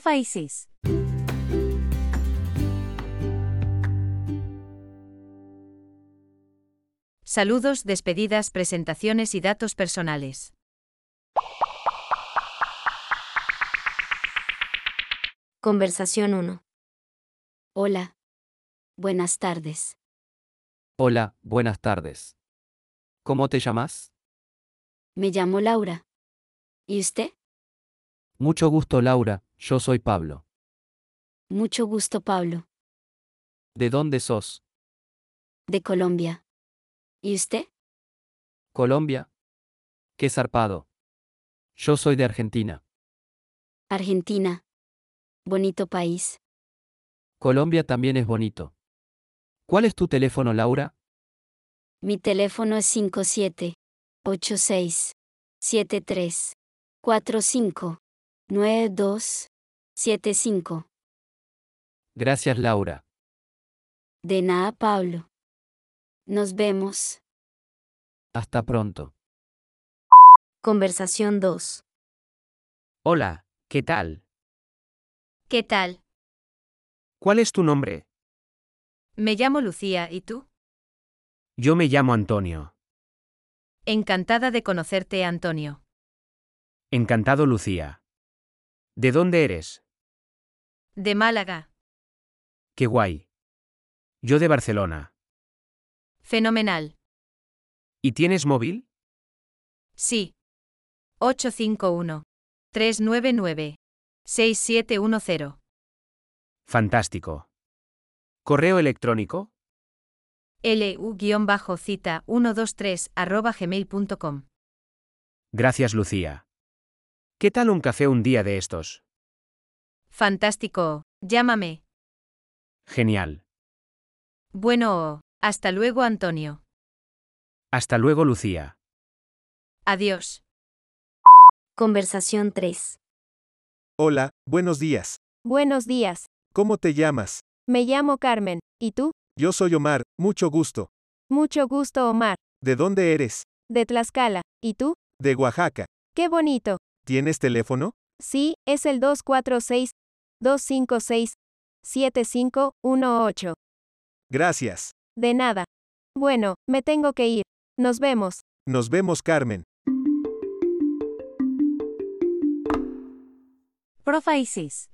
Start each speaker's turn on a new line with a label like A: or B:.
A: Profisis.
B: Saludos, despedidas, presentaciones y datos personales.
C: Conversación 1. Hola. Buenas tardes.
D: Hola, buenas tardes. ¿Cómo te llamas?
C: Me llamo Laura. ¿Y usted?
D: Mucho gusto Laura, yo soy Pablo.
C: Mucho gusto, Pablo.
D: ¿De dónde sos?
C: De Colombia. ¿Y usted?
D: ¿Colombia? Qué zarpado. Yo soy de Argentina.
C: Argentina. Bonito país.
D: Colombia también es bonito. ¿Cuál es tu teléfono Laura?
C: Mi teléfono es 57 86 73 45 92 75.
D: Gracias Laura.
C: De nada, Pablo. Nos vemos.
D: Hasta pronto.
C: Conversación 2.
E: Hola, ¿qué tal?
B: ¿Qué tal?
E: ¿Cuál es tu nombre?
B: Me llamo Lucía, ¿y tú?
E: Yo me llamo Antonio.
B: Encantada de conocerte, Antonio.
E: Encantado, Lucía. ¿De dónde eres?
B: De Málaga.
E: Qué guay. Yo de Barcelona.
B: Fenomenal.
E: ¿Y tienes móvil?
B: Sí. 851-399-6710.
E: Fantástico. ¿Correo electrónico?
B: lu-cita 123 arroba gmail.com.
E: Gracias, Lucía. ¿Qué tal un café un día de estos?
B: Fantástico. Llámame.
E: Genial.
B: Bueno, hasta luego, Antonio.
E: Hasta luego, Lucía.
B: Adiós.
C: Conversación 3.
F: Hola, buenos días.
G: Buenos días,
F: ¿Cómo te llamas?
G: me llamo Carmen, ¿y tú?
F: Yo soy Omar, mucho gusto.
G: Mucho gusto Omar,
F: ¿De dónde eres?
G: de Tlaxcala, ¿y tú?
F: De Oaxaca.
G: ¡Qué bonito!
F: ¿Tienes teléfono?
G: Sí, es el 246-256-7518.
F: Gracias.
G: De nada. Bueno, me tengo que ir. Nos vemos.
F: Nos vemos, Carmen.
A: Profisis.